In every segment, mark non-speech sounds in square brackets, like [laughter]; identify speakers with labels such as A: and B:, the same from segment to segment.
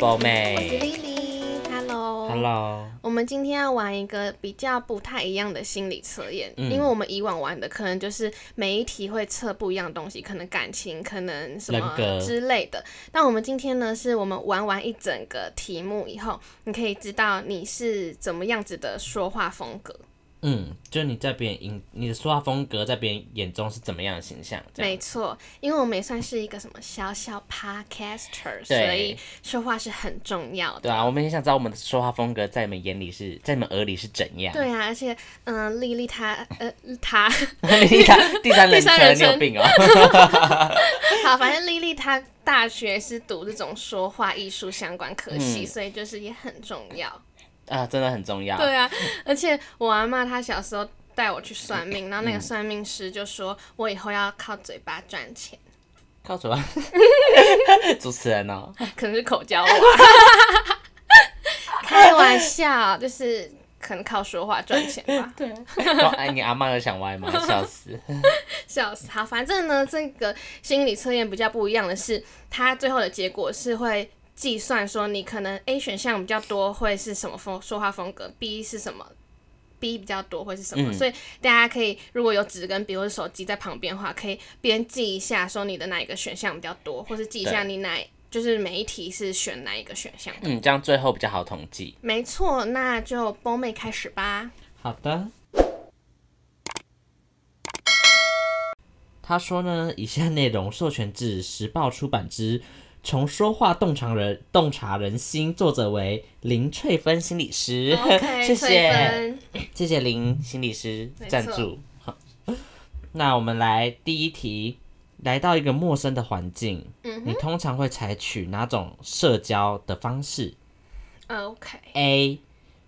A: 宝
B: 我是
A: 妹
B: 丽丽，Hello。
A: ，Hello，
B: 我们今天要玩一个比较不太一样的心理测验，
A: 嗯
B: 因为我们以往玩的可能就是每一题会测不一样的东西，可能感情，可能什么
A: 人格
B: 之类的。但我们今天呢，是我们玩完一整个题目以后，你可以知道你是怎么样子的说话风格。
A: 嗯，就你在别人眼，你的说话风格在别人眼中是怎么样的形象？这样
B: 没错，因为我们也算是一个什么小小 podcaster，
A: 对
B: 所以说话是很重要的。
A: 对啊，我们也想知道我们的说话风格在你们眼里是，在你们耳里是怎样？
B: 对啊，而且，嗯、丽丽她，呃，她， [laughs]
A: 第三第三人
B: 第三人
A: 称，你有
B: 称
A: 病哦、
B: 好，反正丽丽她大学是读这种说话艺术相关科系，所以就是也很重要。
A: 啊，真的很重要。
B: 对啊，而且我阿妈她小时候带我去算命，然后那个算命师就说我以后要靠嘴巴赚钱，
A: 靠什么？ [laughs] 主持人
B: [laughs]
A: 哦、
B: 可能是口交我 [laughs] 啊，开玩笑，就是可能靠说话赚钱吧。对，
A: 哇哎，你阿妈有想歪吗？笑死。
B: 笑死。好，反正呢，这个心理测验比较不一样的是，它最后的结果是会计算说你可能 A 选项比较多会是什么风说话风格，B 是什么。B 比较多会是什么？
A: 嗯
B: 所以大家可以如果有纸跟笔或者手机在旁边的话，可以边记一下说你的哪一个选项比较多，或是记一下
A: 对
B: 你哪就是每一题是选哪一个选
A: [laughs]
B: 项。
A: 嗯，这样最后比较好统计。
B: 没错，那就波妹开始吧。
A: 好的。他说呢，以下内容授权自《时报》出版之《从说话洞察人洞察人心》，作者为林翠芬心理师。
B: OK，
A: [laughs] [laughs] 谢
B: 翠
A: 谢
B: 芬
A: 谢谢林心理师
B: 没错
A: 赞助。好， [laughs] 那我们来第一题。来到一个陌生的环境，
B: 嗯
A: 你通常会采取哪种社交的方式？
B: 呃，OK，
A: A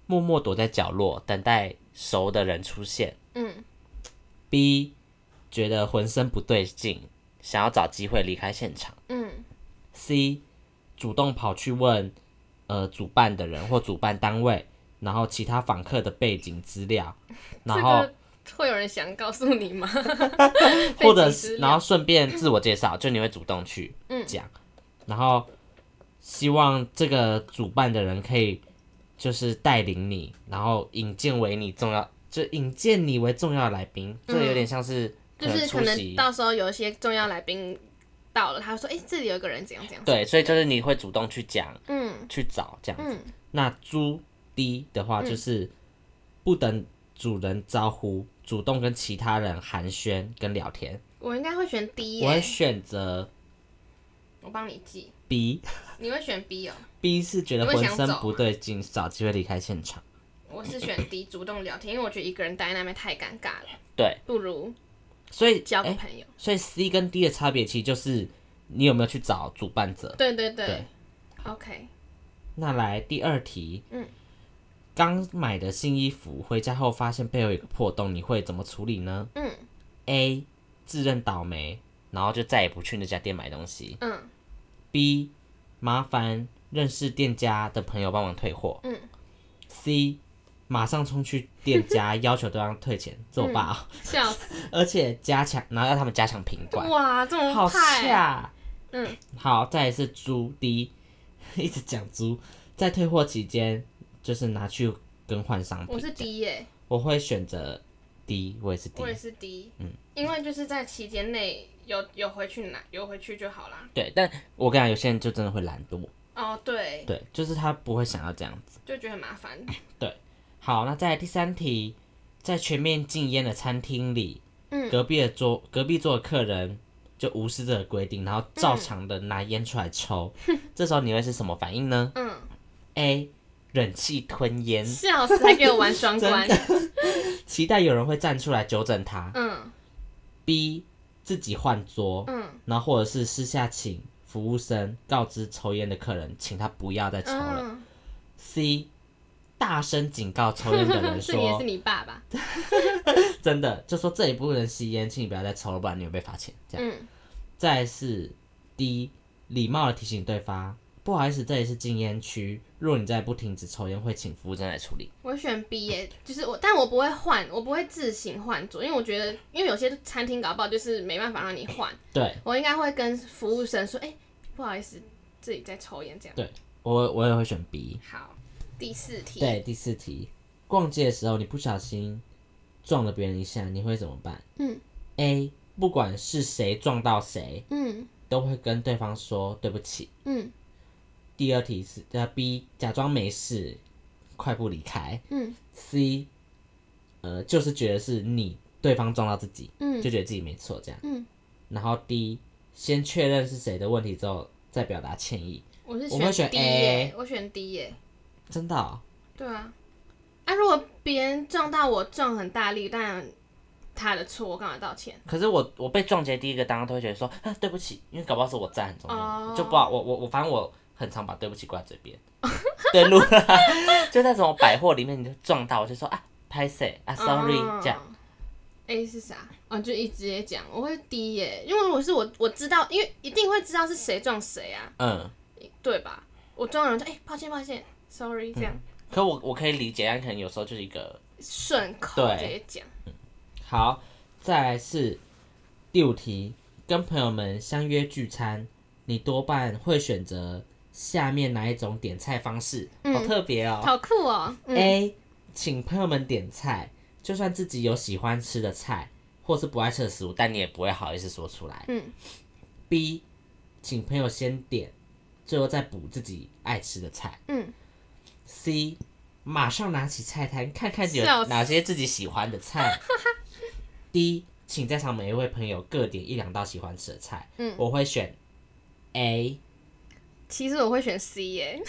A: 默默躲在角落等待熟的人出现。
B: 嗯
A: B 觉得浑身不对劲，想要找机会离开现场。
B: 嗯。
A: C 主动跑去问呃主办的人或主办单位，然后其他访客的背景资料，然
B: [laughs]
A: 后、
B: 这个会有人想告诉你
A: [laughs]
B: 吗？
A: 或者
B: 背景
A: 是
B: 资料
A: 然后顺便自我介绍， [coughs] 就你会主动去
B: 嗯
A: 讲，然后希望这个主办的人可以就是带领你，然后引荐为你重要，就引荐你为重要的来宾，这有点像是可
B: 嗯就
A: 能
B: 是
A: 出
B: 可
A: 席
B: 能到时候有一些重要来宾到了，他说：“哎、这里有一个人怎样怎样。”，
A: 对，所以就是你会主动去讲
B: 嗯
A: 去找这样子。
B: 嗯
A: 那猪 D 的话就是不等主人招呼，主动跟其他人寒暄跟聊天，
B: 我应该会选 B 耶、
A: 我会选择
B: 我帮你记，
A: B。
B: 你会选 B 哦，
A: B 是觉得
B: 你会
A: 浑
B: 想
A: 身
B: 走啊
A: 不对劲，找机会离开现场。
B: 我是选 D 主动聊天，因为我觉得一个人待在那边太尴尬了，
A: 对，
B: 不如
A: 所以
B: 交个
A: 诶
B: 朋友。
A: 所以 C 跟 D 的差别其实就是你有没有去找主办者。
B: 对对对
A: 对
B: o k
A: 那来第二题，
B: 嗯，
A: 刚买的新衣服回家后发现背后有一个破洞，你会怎么处理呢
B: 嗯
A: ？A 自认倒霉，然后就再也不去那家店买东西。
B: 嗯
A: B 麻烦认识店家的朋友帮忙退货。
B: 嗯
A: C 马上冲去店家 [laughs] 要求对方退钱，
B: 嗯
A: 这我爸、哦。
B: 笑死，
A: 而且加强，然后要他们加强品管，
B: 哇，这么啊
A: 好
B: 派，
A: 吓。
B: 嗯，
A: 好，再来是猪 D，一直讲猪，在退货期间就是拿去更换商品。
B: 我是 D 耶、
A: 我会选择 D，我也是 D
B: 我。也是 D，嗯，因为就是在期间内有有回去拿，有回去就好啦。
A: 对，但我跟你讲，有些人就真的会懒惰，
B: 哦，对，
A: 对，就是他不会想要这样子。
B: 就觉得很麻烦。
A: 好，那再来第三题，在全面禁烟的餐厅里，
B: 嗯
A: 隔壁的桌隔壁桌的客人就无视这个规定，然后照常的拿烟出
B: [laughs]
A: 来抽，这时候你会是什么反应呢？
B: 嗯，
A: A 忍气吞烟，
B: 笑死，还啊给我玩双
A: [laughs]
B: 关。
A: 期待有人会站出来纠正他。
B: 嗯
A: B 自己换桌，
B: 嗯
A: 然后或者是私下请服务生告知抽烟的客人，请他不要再抽了。
B: 嗯，
A: C 大声警告抽烟的人
B: 这你 [laughs] 也是
A: 说
B: 你爸爸。：“
A: 真的，就说这里不能吸烟，请你不要再抽了，不然你会被罚钱。”这样。
B: 嗯
A: 再来是 D 礼貌的提醒对方：“不好意思，这里是禁烟区，若你再不停止抽烟，会请服务生来处理。
B: 我选 B 耶、就是我，但我不会换，我不会自行换桌，因为我觉得，因为有些餐厅搞不好就是没办法让你换，”
A: 对，
B: 我应该会跟服务生说，哎、不好意思，自己在抽烟这样。
A: 对，我我也会选 B。
B: 好，第四题。
A: 对，第四题，逛街的时候你不小心撞了别人一下，你会怎么办？
B: 嗯
A: ，A，不管是谁撞到谁，
B: 嗯
A: 都会跟对方说对不起。
B: 嗯
A: 第二题是呃 B，假装没事，快步离开。
B: 嗯
A: C，呃，就是觉得是你对方撞到自己，
B: 嗯
A: 就觉得自己没错这样。
B: 嗯，
A: 然后 D，先确认是谁的问题之后再表达歉意。
B: 我是
A: 我会选
B: D
A: A
B: 耶，我选 D 耶。
A: 真的哦、
B: 对啊，啊，如果别人撞到我撞很大力，但他的错，我干嘛道歉？
A: 可是我我被撞击的第一个当然都会觉得说啊对不起，因为搞不好是我站很重要
B: 哦
A: 就不好我我我反正我很常把对不起挂在嘴 [laughs] 边，对路啦， [laughs] 就在什么百货里面你就撞到我就说啊拍谁啊 sorry、
B: 嗯
A: 这样，。
B: A 是啥？哦，就一直接讲，我会 D 耶，因为如果是我，我知道，因为一定会知道是谁撞谁啊，
A: 嗯，
B: 对吧？我撞人就哎、抱歉抱歉，sorry 这样
A: 可我我可以理解，但可能有时候就是一个
B: 顺、口
A: 对
B: 直接讲。
A: 好，再来是第五题，跟朋友们相约聚餐，你多半会选择下面哪一种点菜方式？好特别哦、
B: 好酷哦！嗯
A: A，请朋友们点菜，就算自己有喜欢吃的菜或是不爱吃的食物，但你也不会好意思说出来。
B: 嗯。
A: B，请朋友先点，最后再补自己爱吃的菜。
B: 嗯。
A: C，马上拿起菜单看看有
B: 笑死
A: 哪些自己喜欢的
B: [laughs]
A: 菜。D，请在场每一位朋友各点一两道喜欢吃的菜。
B: 嗯。
A: 我会选 A，
B: 其实我会选 C 耶，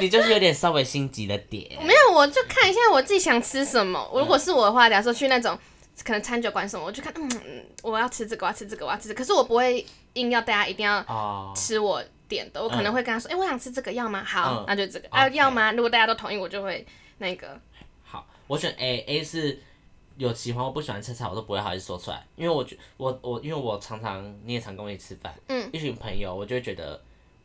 A: 你就是有点稍微心急的点。
B: 没有，我就看一下我自己想吃什么。我如果是我的话，假如说去那种可能餐酒馆什么，我就看，嗯，嗯我要吃这个，我要吃这个，我要吃这个。可是我不会硬要大家一定要
A: 哦，
B: 吃我点的，我可能会跟他说，哎、我想吃这个，要吗？好
A: 嗯，
B: 那就这个。啊，
A: OK
B: 要吗？如果大家都同意，我就会那个。
A: 好，我选 A，A 是有喜欢或不喜欢吃菜，我都不会好意思说出来，因为我觉我我因为我常常你也常跟我一起吃饭，
B: 嗯，
A: 一群朋友，我就会觉得，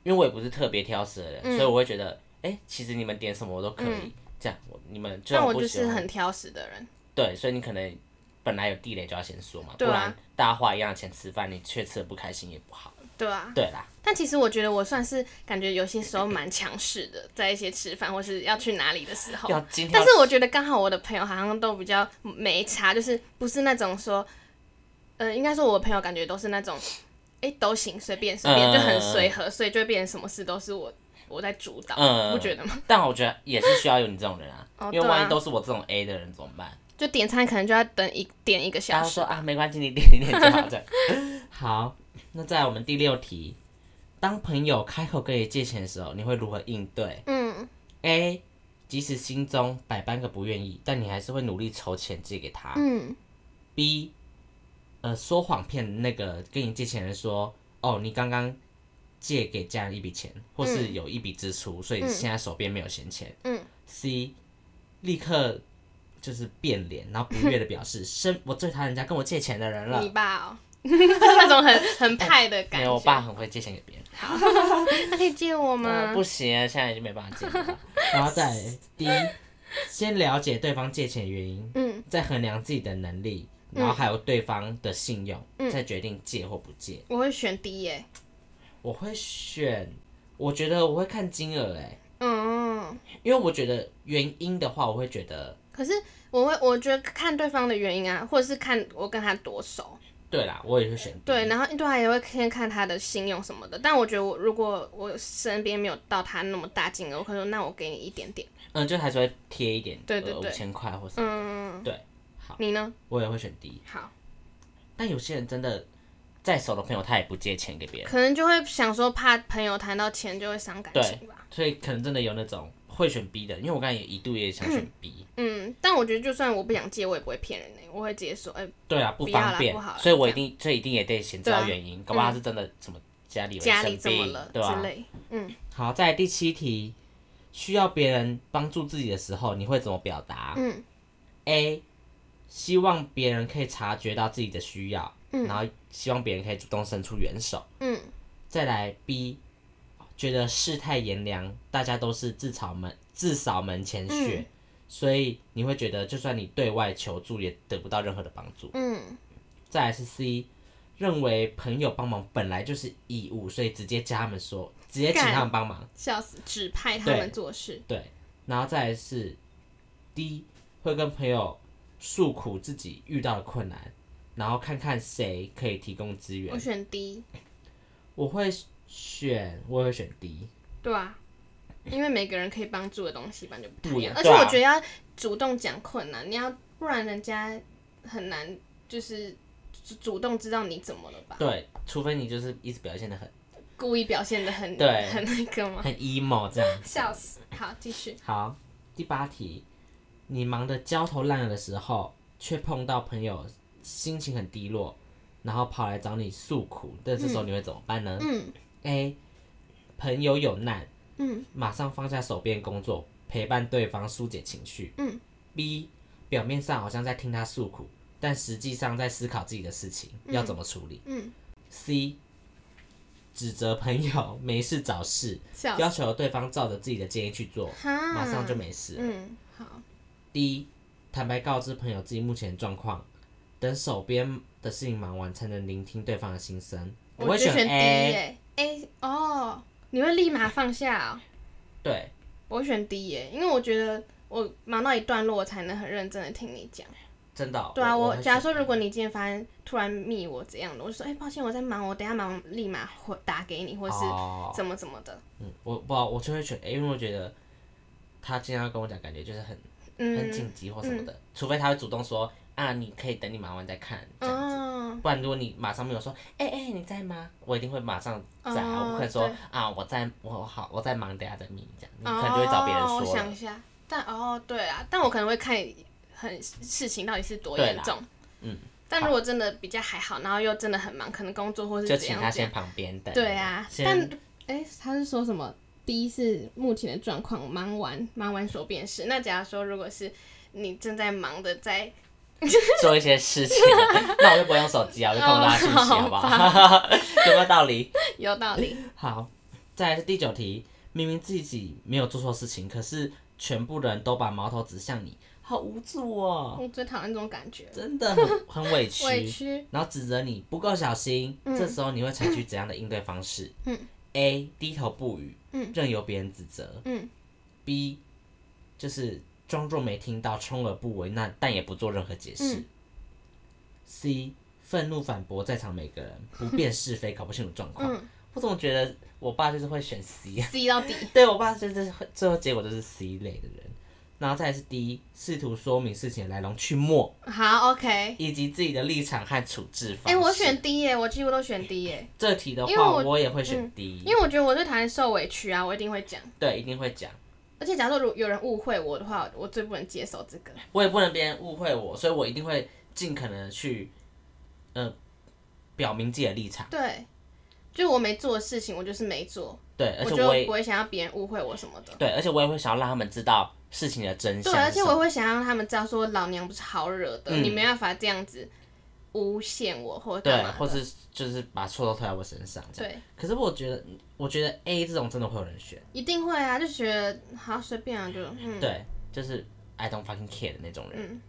A: 因为我也不是特别挑食的人，
B: 嗯
A: 所以我会觉得，哎、其实你们点什么我都可以，这样我你们就
B: 但
A: 算
B: 我
A: 不
B: 就
A: 喜
B: 是
A: 欢，
B: 很挑食的人，
A: 对，所以你可能本来有地雷就要先说嘛，
B: 对
A: 不
B: 啊
A: 然大家花一样的钱吃饭，你却吃的不开心也不好，
B: 对啊。
A: 对啦，
B: 但其实我觉得我算是感觉有些时候蛮强势的，在一些吃饭或是要去哪里的时候。
A: 要今天
B: 但
A: 要
B: 是我觉得刚好我的朋友好像都比较没差，就是不是那种说，呃，应该说我的朋友感觉都是那种，哎、都行，随便随便，
A: 嗯
B: 就很随和，所以就会变成什么事都是我我在主导，
A: 嗯
B: 不觉得吗？
A: 但我觉得也是需要有你这种人啊，
B: 哦
A: 因为
B: 对
A: 万
B: 啊
A: 一都是我这种 A 的人怎么办？
B: 就点餐可能就要等一点一个小
A: 大家
B: 时
A: 说，啊，没关系，你点一点就好。这
B: [laughs]
A: 样好，那在我们第六题，当朋友开口跟你借钱的时候，你会如何应对
B: 嗯，
A: ？A，即使心中百般个不愿意，但你还是会努力筹钱借给他。
B: 嗯
A: B，呃，说谎骗那个跟你借钱的人说，哦，你刚刚借给家人一笔钱，或是有一笔支出，所以现在手边没有闲钱。
B: 嗯
A: C，立刻就是变脸，然后不悦的
B: [laughs]
A: 表示，生我最讨厌人家跟我借钱的人了。
B: 你爸 [laughs] 哦，那种很很派的感
A: 没
B: 觉。
A: 有，我爸很会借钱给别人。
B: 他可以借我
A: 嗯，
B: 吗？
A: 不行，现在已经没办法借了。 [laughs] 然后再来第一，先了解对方借钱的原因，
B: 嗯，
A: 再衡量自己的能力，然后还有对方的信用，
B: 嗯
A: 再决定借或不借。
B: 我会选 D 耶、
A: 我会选，我觉得我会看金额哎，
B: 嗯，
A: 因为我觉得原因的话，我会觉得，
B: 可是我会，我觉得看对方的原因啊，或者是看我跟他多熟，
A: 对啦，我也会选 D。
B: 对，然后对他也会先看他的信用什么的。但我觉得我如果我身边没有到他那么大金额，我可能说那我给你一点点。
A: 嗯，就还是会贴一点，
B: 对对
A: 呃，五
B: 对
A: 千块或是，
B: 嗯，
A: 对，好，
B: 你呢？
A: 我也会选 D。
B: 好，
A: 但有些人真的再熟的朋友，他也不借钱给别人。
B: 可能就会想说怕朋友谈到钱就会伤感情吧。
A: 所以可能真的有那种会选 B 的，因为我刚才也一度也想选 B，、
B: 嗯，但我觉得就算我不想借，我也不会骗人呢、我会直接说，哎、
A: 对啊，
B: 不要啦
A: 方便
B: 不好啦，
A: 所以我一定，所以一定也得先知道
B: 对啊
A: 原因，搞不好他是真的什么家里有
B: 家里
A: 生
B: 怎么
A: 病
B: 了，
A: 对吧、啊
B: 之类。嗯
A: 好，在第七题，需要别人帮助自己的时候，你会怎么表达、
B: 嗯
A: a 希望别人可以察觉到自己的需要，
B: 嗯
A: 然后希望别人可以主动伸出援手。
B: 嗯
A: 再来 B，觉得世态炎凉，大家都是自扫门自扫门前雪，
B: 嗯
A: 所以你会觉得就算你对外求助也得不到任何的帮助。
B: 嗯
A: 再来是 C，认为朋友帮忙本来就是义务，所以直接叫他们说，直接请
B: 干
A: 他们帮忙。
B: 笑死，指派他们做事，
A: 对，然后再来是 D 会跟朋友诉苦自己遇到的困难，然后看看谁可以提供资源
B: 我。选 D，
A: 我会选，我也会选 D。
B: 对啊，因为每个人可以帮助的东西吧，就不太
A: 不
B: 一
A: 一
B: 样而
A: 样。
B: 且
A: 对啊
B: 我觉得要主动讲困难，你要不然人家很难就是主主动知道你怎么了吧？
A: 对，除非你就是一直表现的很
B: 故意表现的很
A: 对
B: 很那个吗？
A: 很 emo 这样。
B: 笑死，好，继续。
A: 好，第八题，你忙得焦头烂额的时候，却碰到朋友心情很低落，然后跑来找你诉苦，但这时候你会怎么办呢？
B: 嗯
A: A，朋友有难，
B: 嗯，
A: 马上放下手边工作，陪伴对方疏解情绪。
B: 嗯。
A: B，表面上好像在听他诉苦，但实际上在思考自己的事情要怎么处理。
B: 嗯
A: C，指责朋友没事找事，
B: 笑
A: 要
B: 死，
A: 求对方照着自己的建议去做，
B: 哈
A: 马上就没事了。
B: 嗯，好，
A: D，坦白告知朋友自己目前状况，等手边的事情忙完才能聆听对方的心声。我会
B: 就选
A: A，,
B: D 耶，A 哦，你会立马放下哦。
A: 对，
B: 我会选 D 耶，因为我觉得我忙到一段落，我才能很认真的听你讲。
A: 真的哦、
B: 对啊，
A: 我
B: 我
A: 会
B: 假如
A: 选
B: 说如果你今天发现突然密我怎样的，我就说哎、抱歉我在忙，我等一下忙立马回打给你，或是
A: 哦
B: 怎么怎么的。
A: 嗯，我不知道，我就会选 A，因为我觉得他经常跟我讲，感觉就是很很
B: 嗯，
A: 紧急或什么的，除非他会主动说啊，你可以等你忙完再看这样子。
B: 哦，
A: 不然，如果你马上没有说，哎、哎、你在吗？我一定会马上在
B: 哦
A: 啊，我不可能说
B: 对
A: 啊，我在，我好，我在忙，等一下再密这样，你可能就会找别人
B: 哦。我
A: 说了
B: 想一下，但哦对啊，但我可能会看很事情到底是多
A: 对
B: 严
A: 啦
B: 重。
A: 嗯，
B: 但如果真的比较还好，然后又真的很忙，可能工作或是
A: 就
B: 怎
A: 请
B: 样
A: 他
B: 怎样
A: 先，旁边等。
B: 对啊，
A: 先
B: 但哎、他是说什么？第一是目前的状况，忙完忙完手边事。那假如说，如果是你正在忙的在， [laughs]
A: 做一些事情，那我就不会用手机啊，我就看我拉讯息，好 [laughs] 不好？有没有道理？
B: 有道理。
A: 好，再来是第九题，明明自己没有做错事情，可是全部人都把矛头指向你，好无助哦，
B: 我最讨厌这种感觉，
A: 真的很很委屈，
B: 委屈。
A: 然后指责你不够小心，
B: 嗯
A: 这时候你会采取怎样的应对方式？嗯，A 低头不语，
B: 嗯
A: 任由别人指责，
B: 嗯
A: B 就是装作没听到，充耳不闻，那但也不做任何解释。C 愤怒反驳在场每个人，不辨是非，搞不清楚状况。
B: 嗯
A: 我总觉得我爸就是会选 C，
B: ，C 到
A: [laughs]
B: 底。
A: 对我爸就是会最后结果就是 C 类的人。然后再来是 D，试图说明事情的来龙去脉，
B: 好，OK。
A: 以及自己的立场和处置
B: 哎、
A: 方式。
B: 我选 D 耶、我几乎都选 D 耶、
A: 这题的
B: 因为
A: 话，
B: 我嗯
A: 我也会选 D，、
B: 因为我觉得我最讨厌受委屈啊，我一定会讲。
A: 对，一定会讲。
B: 而且假如说如有人误会我的话，我最不能接受这个。
A: 我也不能别人误会我，所以我一定会尽可能地去，呃，表明自己的立场。
B: 对，就我没做的事情，我就是没做，
A: 对，而且
B: 就
A: 我也
B: 不会想要别人误会我什么的。
A: 对，而且我也会想要让他们知道事情的真相
B: 对，
A: 是什么。
B: 而且我会想让他们知道说老娘不是好惹的，
A: 嗯
B: 你没办法这样子诬陷我或者
A: 对
B: 干，嘛
A: 或
B: 的。
A: 是就是把错都推在我身上这样。
B: 对，
A: 可是我觉得，我觉得 A 这种真的会有人选，
B: 一定会啊，就觉得好随便啊，就嗯
A: 对，就是 I don't fucking care 的那种人。
B: 嗯，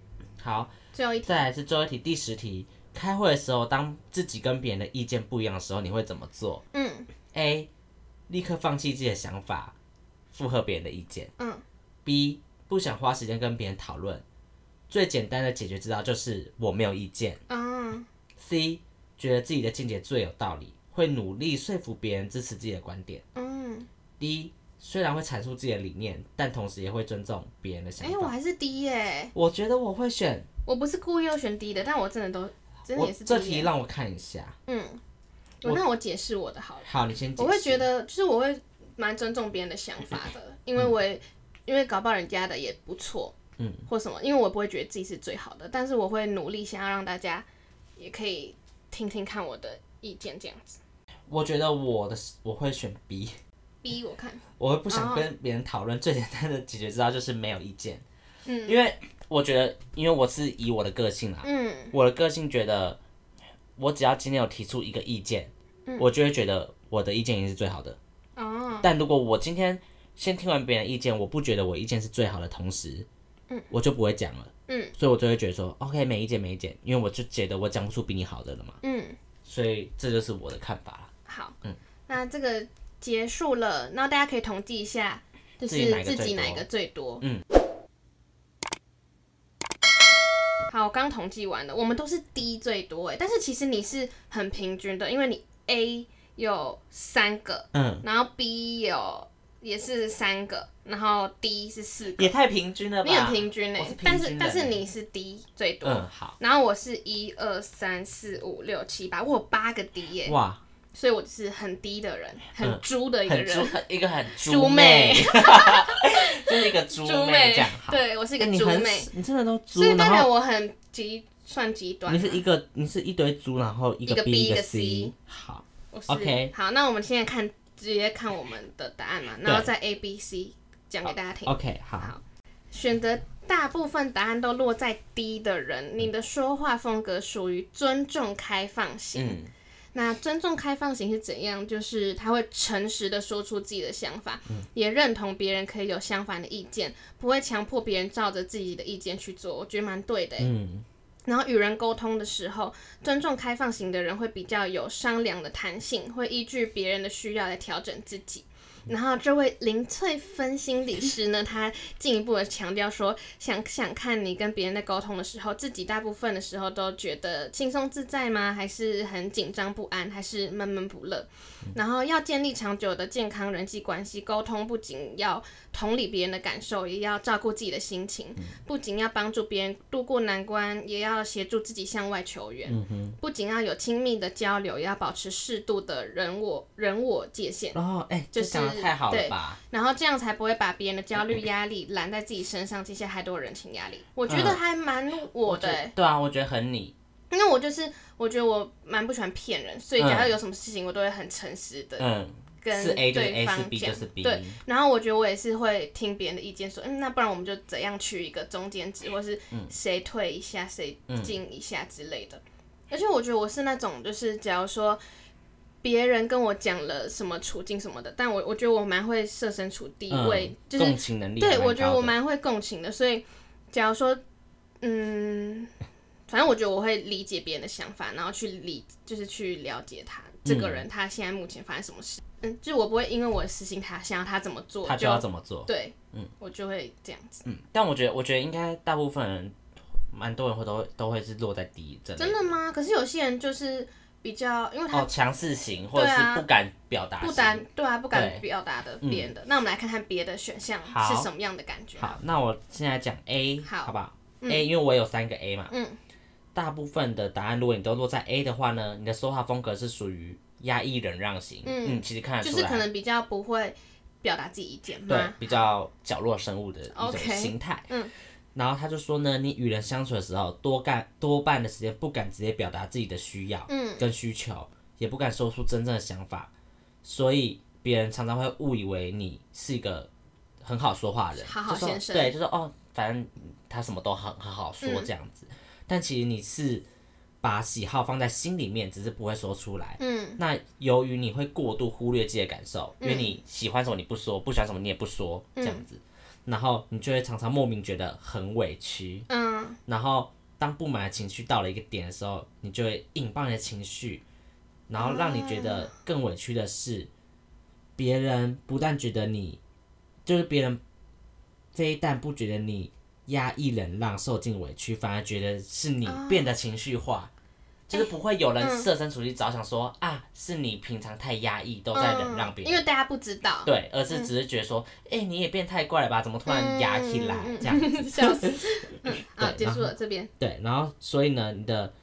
A: 好，
B: 最后一题
A: 再来是最后一题，第十题。开会的时候，当自己跟别人的意见不一样的时候，你会怎么做
B: 嗯
A: ？A. 立刻放弃自己的想法，附和别人的意见。
B: 嗯
A: B 不想花时间跟别人讨论，最简单的解决之道就是我没有意见。
B: 嗯
A: C 觉得自己的见解最有道理，会努力说服别人支持自己的观点。
B: 嗯，
A: D 虽然会阐述自己的理念，但同时也会尊重别人的想
B: 哎、我
A: 法。
B: 还是 D 耶、
A: 我觉得我会选，
B: 我不是故意要选 D 的，但我真的都真的
A: 我
B: 也是 D
A: 这
B: 耶、
A: 题让我看一下。
B: 嗯，我那我解释我的好了。
A: 好，你先解释。
B: 我会觉得，就是我会蛮尊重别人的想法的，因为我也因为搞不好人家的也不错，
A: 嗯，
B: 或什么，因为我不会觉得自己是最好的，但是我会努力想要让大家也可以听听看我的意见，这样子。
A: 我觉得我的我会选 B，
B: 逼我看，
A: 我会不想
B: 哦
A: 跟别人讨论。最简单的解决之道就是没有意见，
B: 嗯
A: 因为我觉得，因为我是以我的个性啦，啊
B: 嗯
A: 我的个性觉得，我只要今天有提出一个意见，我就会觉得我的意见一定是最好的。
B: 嗯哦，
A: 但如果我今天先听完别人的意见，我不觉得我意见是最好的，同时，我就不会讲了。
B: 嗯
A: 所以我就会觉得说，OK，没意见，没意见，因为我就觉得我讲不出比你好的了嘛。
B: 嗯
A: 所以这就是我的看法啦。
B: 好，
A: 嗯
B: 那这个结束了，那大家可以统计一下，就
A: 自己
B: 是
A: 哪个最
B: 自己哪
A: 多
B: 一个最多？
A: 嗯。
B: 好，我刚统计完了，我们都是 D 最多哎，但是其实你是很平均的，因为你 A 有三个，
A: 嗯，
B: 然后 B 有也是三个，然后 D 是四个，
A: 也太平均了吧？
B: 你很平均哎、
A: 我是平
B: 但
A: 均
B: 是
A: 人
B: 但是
A: 欸
B: 你是 D 最多，
A: 嗯好
B: 然后我是一二三四五六七八，我有八个 D 耶、
A: 哇，
B: 所以我就是很低的人，很
A: 嗯
B: 猪的一个
A: 很
B: 人，
A: 猪很一个很
B: 猪
A: 猪
B: 妹
A: 妹， [laughs] 就是一个猪
B: 猪
A: 妹这样好。
B: 对我是一个
A: 欸你
B: 猪
A: 很
B: 妹，，
A: 你真的都猪，
B: 所以代
A: 然
B: 表
A: 后
B: 我很极算极端
A: 你。是一个你是一堆猪，然后一
B: 啊一个 B，
A: B
B: 一
A: 一
B: 个 C
A: C，好，
B: 我是
A: OK
B: 好，那我们现在看直接看我们的答案嘛，然后
A: 对
B: 再 A、B、C 讲给大家听。
A: OK 好，
B: 好，选择大部分答案都落在 D 的
A: 嗯
B: 人，你的说话风格属于尊重开放型。
A: 嗯
B: 那尊重开放型是怎样？就是他会诚实的说出自己的想法，也认同别人可以有相反的意见，不会强迫别人照着自己的意见去做。我觉得蛮对的欸、
A: 嗯
B: 然后与人沟通的时候，尊重开放型的人会比较有商量的弹性，会依据别人的需要来调整自己。然后这位林翠芬心理师呢，他进一步的强调说，想想看你跟别人在沟通的时候，自己大部分的时候都觉得轻松自在吗？还是很紧张不安，还是闷闷不乐？然后要建立长久的健康人际关系，沟通不仅要同理别人的感受，也要照顾自己的心情，
A: 嗯
B: 不仅要帮助别人渡过难关，也要协助自己向外求援。
A: 嗯哼，
B: 不仅要有亲密的交流，也要保持适度的人我人我界限，
A: 然后哎，这
B: 就是
A: 讲的太好
B: 对
A: 了吧？
B: 然后这样才不会把别人的焦虑压力揽在自己身上，这些太多人情压力。我觉得还蛮我的、
A: 觉
B: 欸，
A: 对啊，嗯我觉得很你，
B: 因为我就是我觉得我蛮不喜欢骗人，所以
A: 嗯
B: 假如有什么事情，我都会很诚实的
A: 嗯，
B: 跟
A: 是 A 就是
B: 对
A: A，
B: 方
A: 是
B: 讲。
A: B 就是
B: 对
A: B，，
B: 然后我觉得我也是会听别人的意见说，嗯，那不然我们就怎样取一个中间值，或是
A: 嗯
B: 谁退一下，谁进一下之类的。而且我觉得我是那种，就是假如说别人跟我讲了什么处境什么的，但我我觉得我蛮会设身处地
A: 嗯
B: 为，就是
A: 共情能力还
B: 对
A: 蛮高的，
B: 我觉得我蛮会共情的，所以假如说，嗯，反正我觉得我会理解别人的想法，然后去理，就是去了解他这
A: 嗯
B: 个人，他现在目前发生什么事。嗯，就是我不会因为我实行他想要他怎么做，
A: 他就要怎么做？
B: 对，嗯，我就会这样子。
A: 嗯，但我觉得我觉得应该大部分人，蛮多人会都会都会是落在第一阵的，
B: 真的吗？可是有些人就是比较，因为他
A: 哦，强势型或者
B: 对啊
A: 是不敢表达
B: 不
A: 型。
B: 敢，对啊，不敢
A: 对嗯
B: 表达的别人的。那我们来看看别的选项
A: 好
B: 是什么样的感觉。
A: 好，那我现在讲 A，
B: 好嗯
A: 好不好？A，因为我有三个 A 嘛，嗯，大部分的答案，如果你都落在 A 的话呢，你的说话风格是属于压抑忍让型，嗯其实看得
B: 就
A: 出
B: 是可
A: 来，
B: 能比较不会表达自己意见
A: 对
B: 嘛，，
A: 比较角落生物的一种
B: OK，
A: 心态，嗯。然后他就说呢，你与人相处的时候，多干多半的时间不敢直接表达自己的需要，嗯，跟需求，也不敢说出真正的想法，所以别人常常会误以为你是一个很好说话的人，
B: 好好
A: 就说
B: 先生
A: 对，就说哦，反正他什么都很很好说这样子，但其实你是把喜好放在心里面，只是不会说出来。嗯，那由于你会过度忽略自己的感受，因为你喜欢什么你不说，不喜欢什么你也不说这样
B: 嗯
A: 子，然后你就会常常莫名觉得很委屈，
B: 嗯，
A: 然后当不满的情绪到了一个点的时候，你就会引爆你的情绪，然后让你觉得更委屈的是，别人不但觉得你，就是别人这一旦不觉得你压抑忍让受尽委屈，反而觉得是你
B: 啊
A: 变得情绪化。就是不会有人设身处地着想说、啊，是你平常太压抑，都在忍让别
B: 嗯
A: 人。
B: 因为大家不知道，
A: 对，而是只是觉得说，哎、你也变太怪了吧？怎么突然压起来、
B: 嗯嗯嗯嗯
A: 这样
B: [laughs]
A: 子？
B: 笑
A: [laughs]
B: 死。嗯，啊，
A: 对
B: 结
A: 然
B: 束了这边。
A: 对，然后所以呢，你的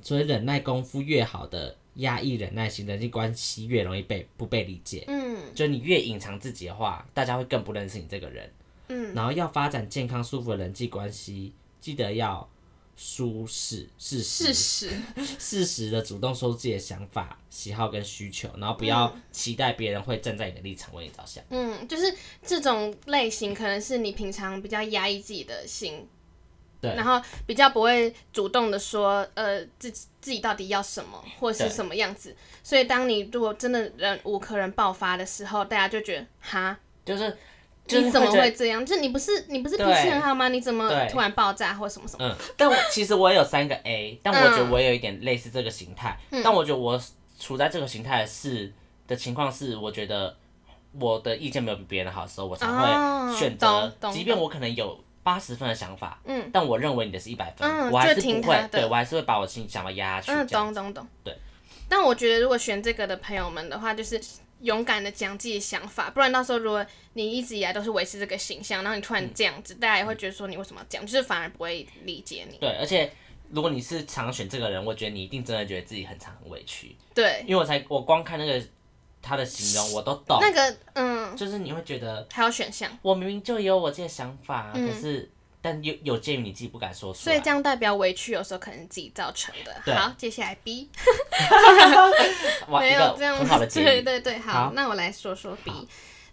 A: 所以忍耐功夫越好的压抑忍耐型人际关系越容易被不被理解。
B: 嗯，
A: 就你越隐藏自己的话，大家会更不认识你这个人。嗯，然后要发展健康舒服的人际关系，记得要舒适、事
B: 事
A: 实、
B: 实。
A: 适时的主动说出自己的想法、喜好跟需求，然后不要期待别人会站在你的立场为你着想。
B: 嗯，就是这种类型，可能是你平常比较压抑自己的心，
A: 对
B: 然后比较不会主动的说，呃，自己自己到底要什么，或是
A: 对
B: 什么样子。所以，当你如果真的忍无可忍爆发的时候，大家就觉得，哈，
A: 就是就是
B: 你怎么
A: 觉得
B: 会这样？就是你不是你不是脾
A: 对
B: 气很好吗？你怎么
A: 对
B: 突然爆炸或什么什么？
A: 嗯，但我其实我有三个 A，但我觉得我有一点类似这个形态，
B: 嗯
A: 但我觉得我处在这个形态的是的情况是，我觉得我的意见没有比别人好的时候，我才
B: 哦
A: 会选
B: 懂
A: 择，
B: 懂
A: 即便我可能有八十分的想法，
B: 嗯，
A: 但我认为你的是一百分，
B: 嗯
A: 我还
B: 就是听
A: 不
B: 他
A: 会
B: 的，
A: 对我还是会把我心里想法压下去，
B: 嗯，
A: 这样
B: 懂懂懂。
A: 对。
B: 但我觉得，如果选这个的朋友们的话，就是勇敢的讲自己想法，不然到时候如果你一直以来都是维持这个形象，然后你突然这样子，大家也会觉得说你为什么要这样，就是反而不会理解你。
A: 对，而且。如果你是常选这个人，我觉得你一定真的觉得自己很常很委屈，
B: 对，
A: 因为我才我光看那个他的形容我都懂，
B: 那个嗯，
A: 就是你会觉得
B: 还有选项，
A: 我明明就有我自己的想法，
B: 嗯
A: 可是但有有鉴于你自己不敢说出
B: 所以
A: 来
B: 这，样代表委屈有时候可能是自己造成
A: 对
B: 的。好，接下来 B
A: 哇，
B: 没
A: 一
B: 有
A: 个
B: 这样
A: 很好的
B: 对
A: 建议。
B: 对对，好，
A: 好
B: 那我来说说 B。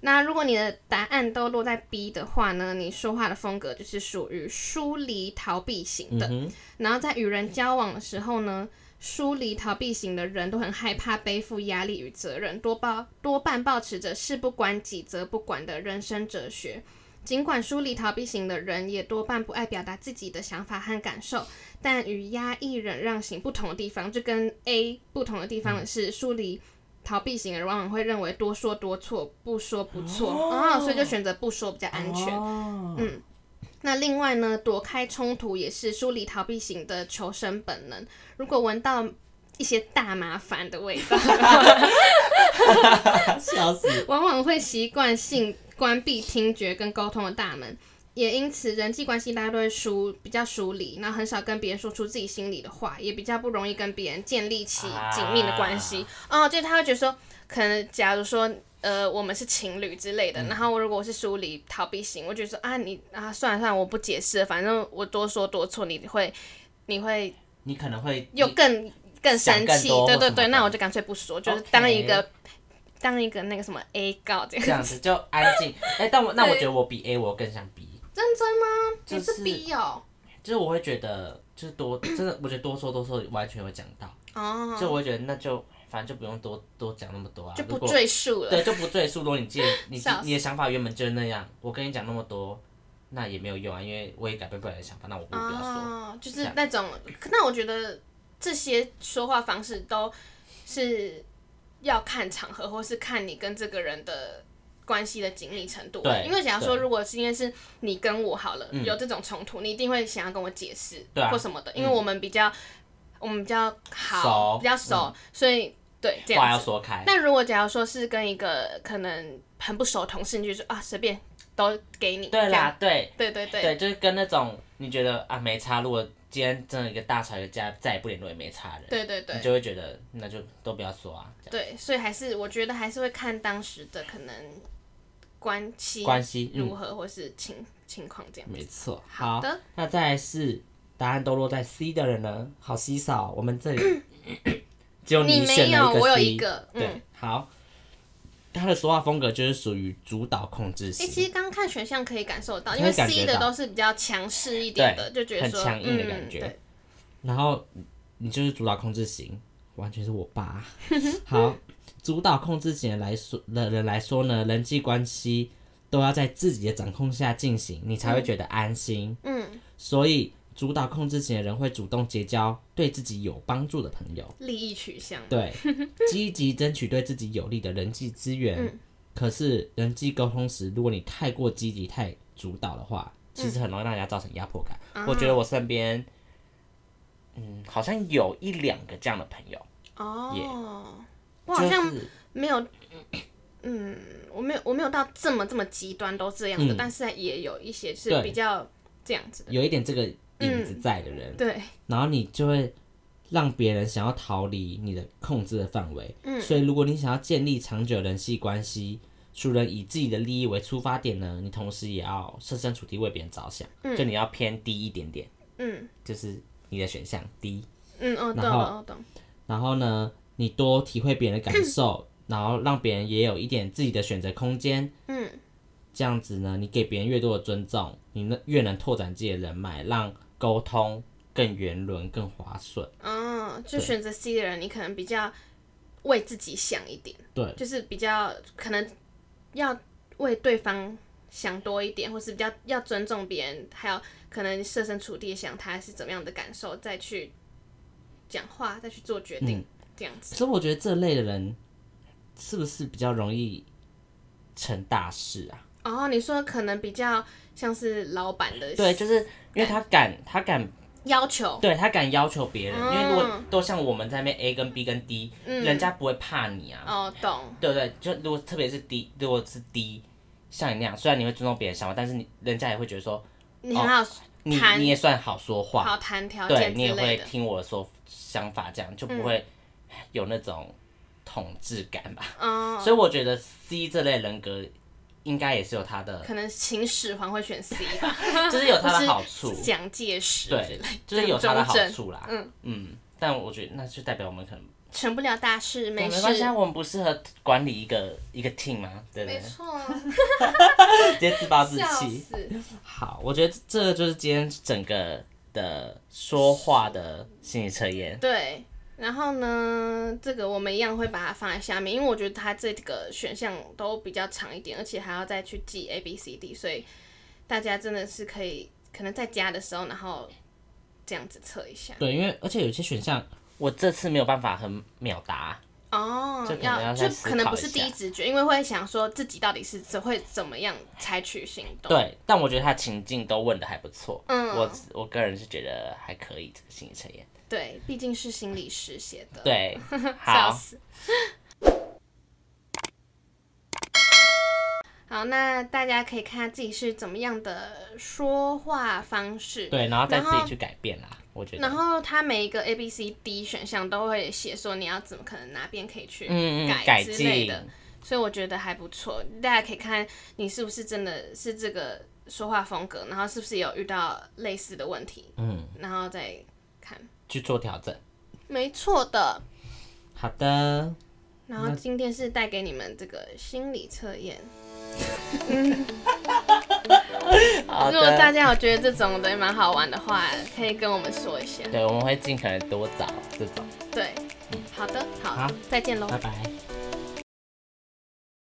B: 那如果你的答案都落在 B 的话呢，你说话的风格就是属于疏离逃避型
A: 嗯
B: 的。
A: 哼，
B: 然后在与人交往的时候呢，疏离逃避型的人都很害怕背负压力与责任，多抱多半保持着事不关己则不管的人生哲学。尽管疏离逃避型的人也多半不爱表达自己的想法和感受，但与压抑忍让型不同的地方，就跟 A 不同的地方是疏离。逃避型的人往往会认为多说多错，不说不错啊、所以就选择不说比较安全。
A: 哦
B: 那另外呢，躲开冲突也是疏离逃避型的求生本能。如果闻到一些大麻烦的味道，
A: 笑死！
B: [laughs] 往往会习惯性关闭听觉跟沟通的大门，也因此人际关系大家都会疏比较疏离，然后很少跟别人说出自己心里的话，也比较不容易跟别人建立起紧密的关系。哦，就是他会觉得说，可能假如说。呃，我们是情侣之类的，然后如果我是疏离逃避型，我就说啊，你啊，算了算了，我不解释了，反正我多说多错，你会你会
A: [laughs] 你可能会
B: 又
A: 你
B: 更更
A: 想
B: 生
A: 更
B: 气，
A: 多
B: 对
A: 或
B: 对
A: 什
B: 对，
A: 么
B: 那
A: 的
B: 我就干脆不说，就是
A: OK
B: 当一个当一个那个什么 A 告这
A: 这样
B: 样。
A: 子就安静。哎，但我那我
B: 对
A: 觉得我比 A 我更像 B，
B: 认真吗？
A: 就
B: 你是
A: 是
B: B 哦。
A: 就是我会觉得就是
B: [coughs]
A: 多真的，我觉得多说多说完全会讲到，
B: 哦，
A: 就我会觉得那就反正就不用多多讲那么多啊，
B: 就
A: 如
B: 不
A: 果
B: 赘述了。
A: 对就不赘述。如果你记得你
B: 笑死
A: 你的想法原本就是那样，我跟你讲那么多，那也没有用啊，因为我也改变不了你的想法，那我不如不要说。
B: 哦，就
A: 这
B: 是
A: 样
B: 那种，那我觉得这些说话方式都是要看场合，或是看你跟这个人的。关系的紧密程度，
A: 对
B: 因为假如说，
A: 对
B: 如果是因为是你跟我好了，
A: 嗯
B: 有这种冲突，你一定会想要跟我解释，
A: 对啊
B: 或什么的，因为
A: 嗯
B: 我们比较，我们比较好，
A: 熟
B: 比较熟，所以对这
A: 话
B: 样
A: 要
B: 子。
A: 说开，
B: 但如果假如说是跟一个可能很不熟的同事，你就说啊随便都给你，
A: 对
B: 这样，
A: 啦，对，
B: 对对对，
A: 对，就是跟那种你觉得啊没差，如果今天真的一个大吵一架，再也不联络也没差的人，
B: 对对对
A: 你，就会觉得那就都不要说啊，这样
B: 对，所以还是我觉得还是会看当时的可能关系
A: 关系嗯
B: 如何，或是情情况这样。
A: 没错。
B: 好
A: 好
B: 的，
A: 那再来是答案都落在 C 的人呢，好稀少，我们这里
B: [coughs]
A: 只有
B: 你
A: 选
B: 没有，
A: 了
B: 我有
A: C，
B: 一个，嗯，
A: 对，好。他的说话风格就是属于主导控制
B: 诶
A: 型，
B: 其实刚看选项可以感受到，
A: 可以
B: 因为
A: 感
B: C
A: 觉
B: 的
A: 到
B: 都是比较强势一点的，就觉得
A: 很
B: 说
A: 强硬的感
B: 嗯
A: 觉
B: 对
A: 然后你就是主导控制型，完全是我爸。好，主导控制型的来说的人来说呢，人际关系都要在自己的掌控下进行，你才会觉得安心。
B: 嗯，
A: 所以，主导控制型的人会主动结交对自己有帮助的朋友，
B: 利益取向， [laughs]
A: 对，积极争取对自己有利的人际资源。
B: 嗯
A: 可是，人际沟通时，如果你太过积极、太主导的话，
B: 嗯
A: 其实很容易让人家造成压迫感。
B: 啊
A: 我觉得我身边，嗯，好像有一两个这样的朋友，
B: 哦，我好像
A: 就是
B: 没有，嗯，我没有，我没有到这么这么极端都这样的，
A: 嗯
B: 但是也有一些是
A: 对
B: 比较这样子的，
A: 有一点这个影
B: 嗯
A: 子在的人，
B: 对，
A: 然后你就会让别人想要逃离你的控制的范围。
B: 嗯
A: 所以如果你想要建立长久人际关系，除了以自己的利益为出发点呢，你同时也要设身处地为别人着想，就你要偏低一点点，
B: 嗯
A: 就是你的选项低。
B: 嗯，哦，懂
A: 然后
B: 了，哦，懂，
A: 然后呢，你多体会别人的
B: [coughs]
A: 感受，然后让别人也有一点自己的选择空间。
B: 嗯。
A: 这样子呢，你给别人越多的尊重，你呢越能拓展自己的人脉，让沟通更圆润、更滑顺。
B: 哦，就
A: 对
B: 选择 C 的人，你可能比较为自己想一点，
A: 对
B: 就是比较可能要为对方想多一点，或是比较要尊重别人，还有可能设身处地想他是怎么样的感受，再去讲话，再去做决定，
A: 嗯
B: 这样子。
A: 所以我觉得这类的人是不是比较容易成大事啊？
B: 然哦后你说可能比较像是老板的
A: 对，就是因为他敢，他敢，
B: 要求，
A: 对他敢要求别人，因为如果
B: 嗯
A: 都像我们在那边 A 跟 B 跟 D，、人家不会怕你啊，
B: 哦，懂，
A: 对不对？就如果特别是 D，如果是 D，像你那样，虽然你会尊重别人想法，但是你人家也会觉得说
B: 你很好
A: 你
B: 谈
A: 你也算好说话，
B: 好谈条
A: 哦对
B: 件
A: 你
B: 啊之
A: 也
B: 类
A: 会
B: 的，嗯
A: 听我说想法，这样就不会有那种统治感吧。
B: 嗯，
A: 所以我觉得 C 这类人格应该也是有他的，
B: 可能秦始皇会选 C 吧，
A: 就是有 [laughs] 他
B: [laughs] 或
A: 的
B: 是
A: 好处， [laughs]
B: 蒋介石之类
A: 对
B: 的，，
A: 就是有他的好
B: 中正
A: 处啦。
B: 嗯
A: 但我觉得那就代表我们可能
B: 成不了大事，
A: 对
B: 没
A: 没关系，
B: 事
A: 啊，，我们不适合管理一个一个 team 嘛，对不
B: 没
A: 对？
B: 错，
A: 直接自暴自
B: 笑
A: 弃。 [laughs]
B: 死。
A: 好，我觉得这个就是今天整个的说话的心理测验。
B: 对，然后呢，这个我们一样会把它放在下面，因为我觉得它这个选项都比较长一点，而且还要再去记 A B C D，所以大家真的是可以可能在家的时候，然后这样子测一下。
A: 对，因为而且有些选项我这次没有办法很秒答。
B: 哦
A: 这可，能要
B: 就
A: 再思
B: 可能
A: 考
B: 不
A: 一
B: 是第一
A: 下
B: 直觉，因为会想说自己到底是怎会怎么样采取行动。
A: 对，但我觉得他情境都问的还不错。
B: 嗯
A: 我我个人是觉得还可以这个心理测验。
B: 对，毕竟是心理师写的。 [laughs]
A: 对，
B: 笑
A: 好，
B: 死。 [laughs] 好，那大家可以看自己是怎么样的说话方式。
A: 对，然后再
B: 然
A: 自
B: 后
A: 己去改变啦。我觉得
B: 然，后它每一个 A、B、C、D 选项都会写说你要怎么可能哪边可以去
A: 嗯嗯，
B: 改
A: 改
B: 之类
A: 进
B: 的，所以我觉得还不错。大家可以看你是不是真的是这个说话风格，然后是不是有遇到类似的问题，
A: 嗯，
B: 然后再看。
A: 去做调整。
B: 没错的。
A: 好的，
B: 然后今天是带给你们这个心理测验。
A: 好
B: 如果大
A: 的，
B: 家有觉得这种的蛮好玩的话，可以跟我们说一下。
A: 对，我们会尽可能多找这种。
B: 对，好的，好，
A: 好
B: 再见喽，
A: 拜拜。
B: 拜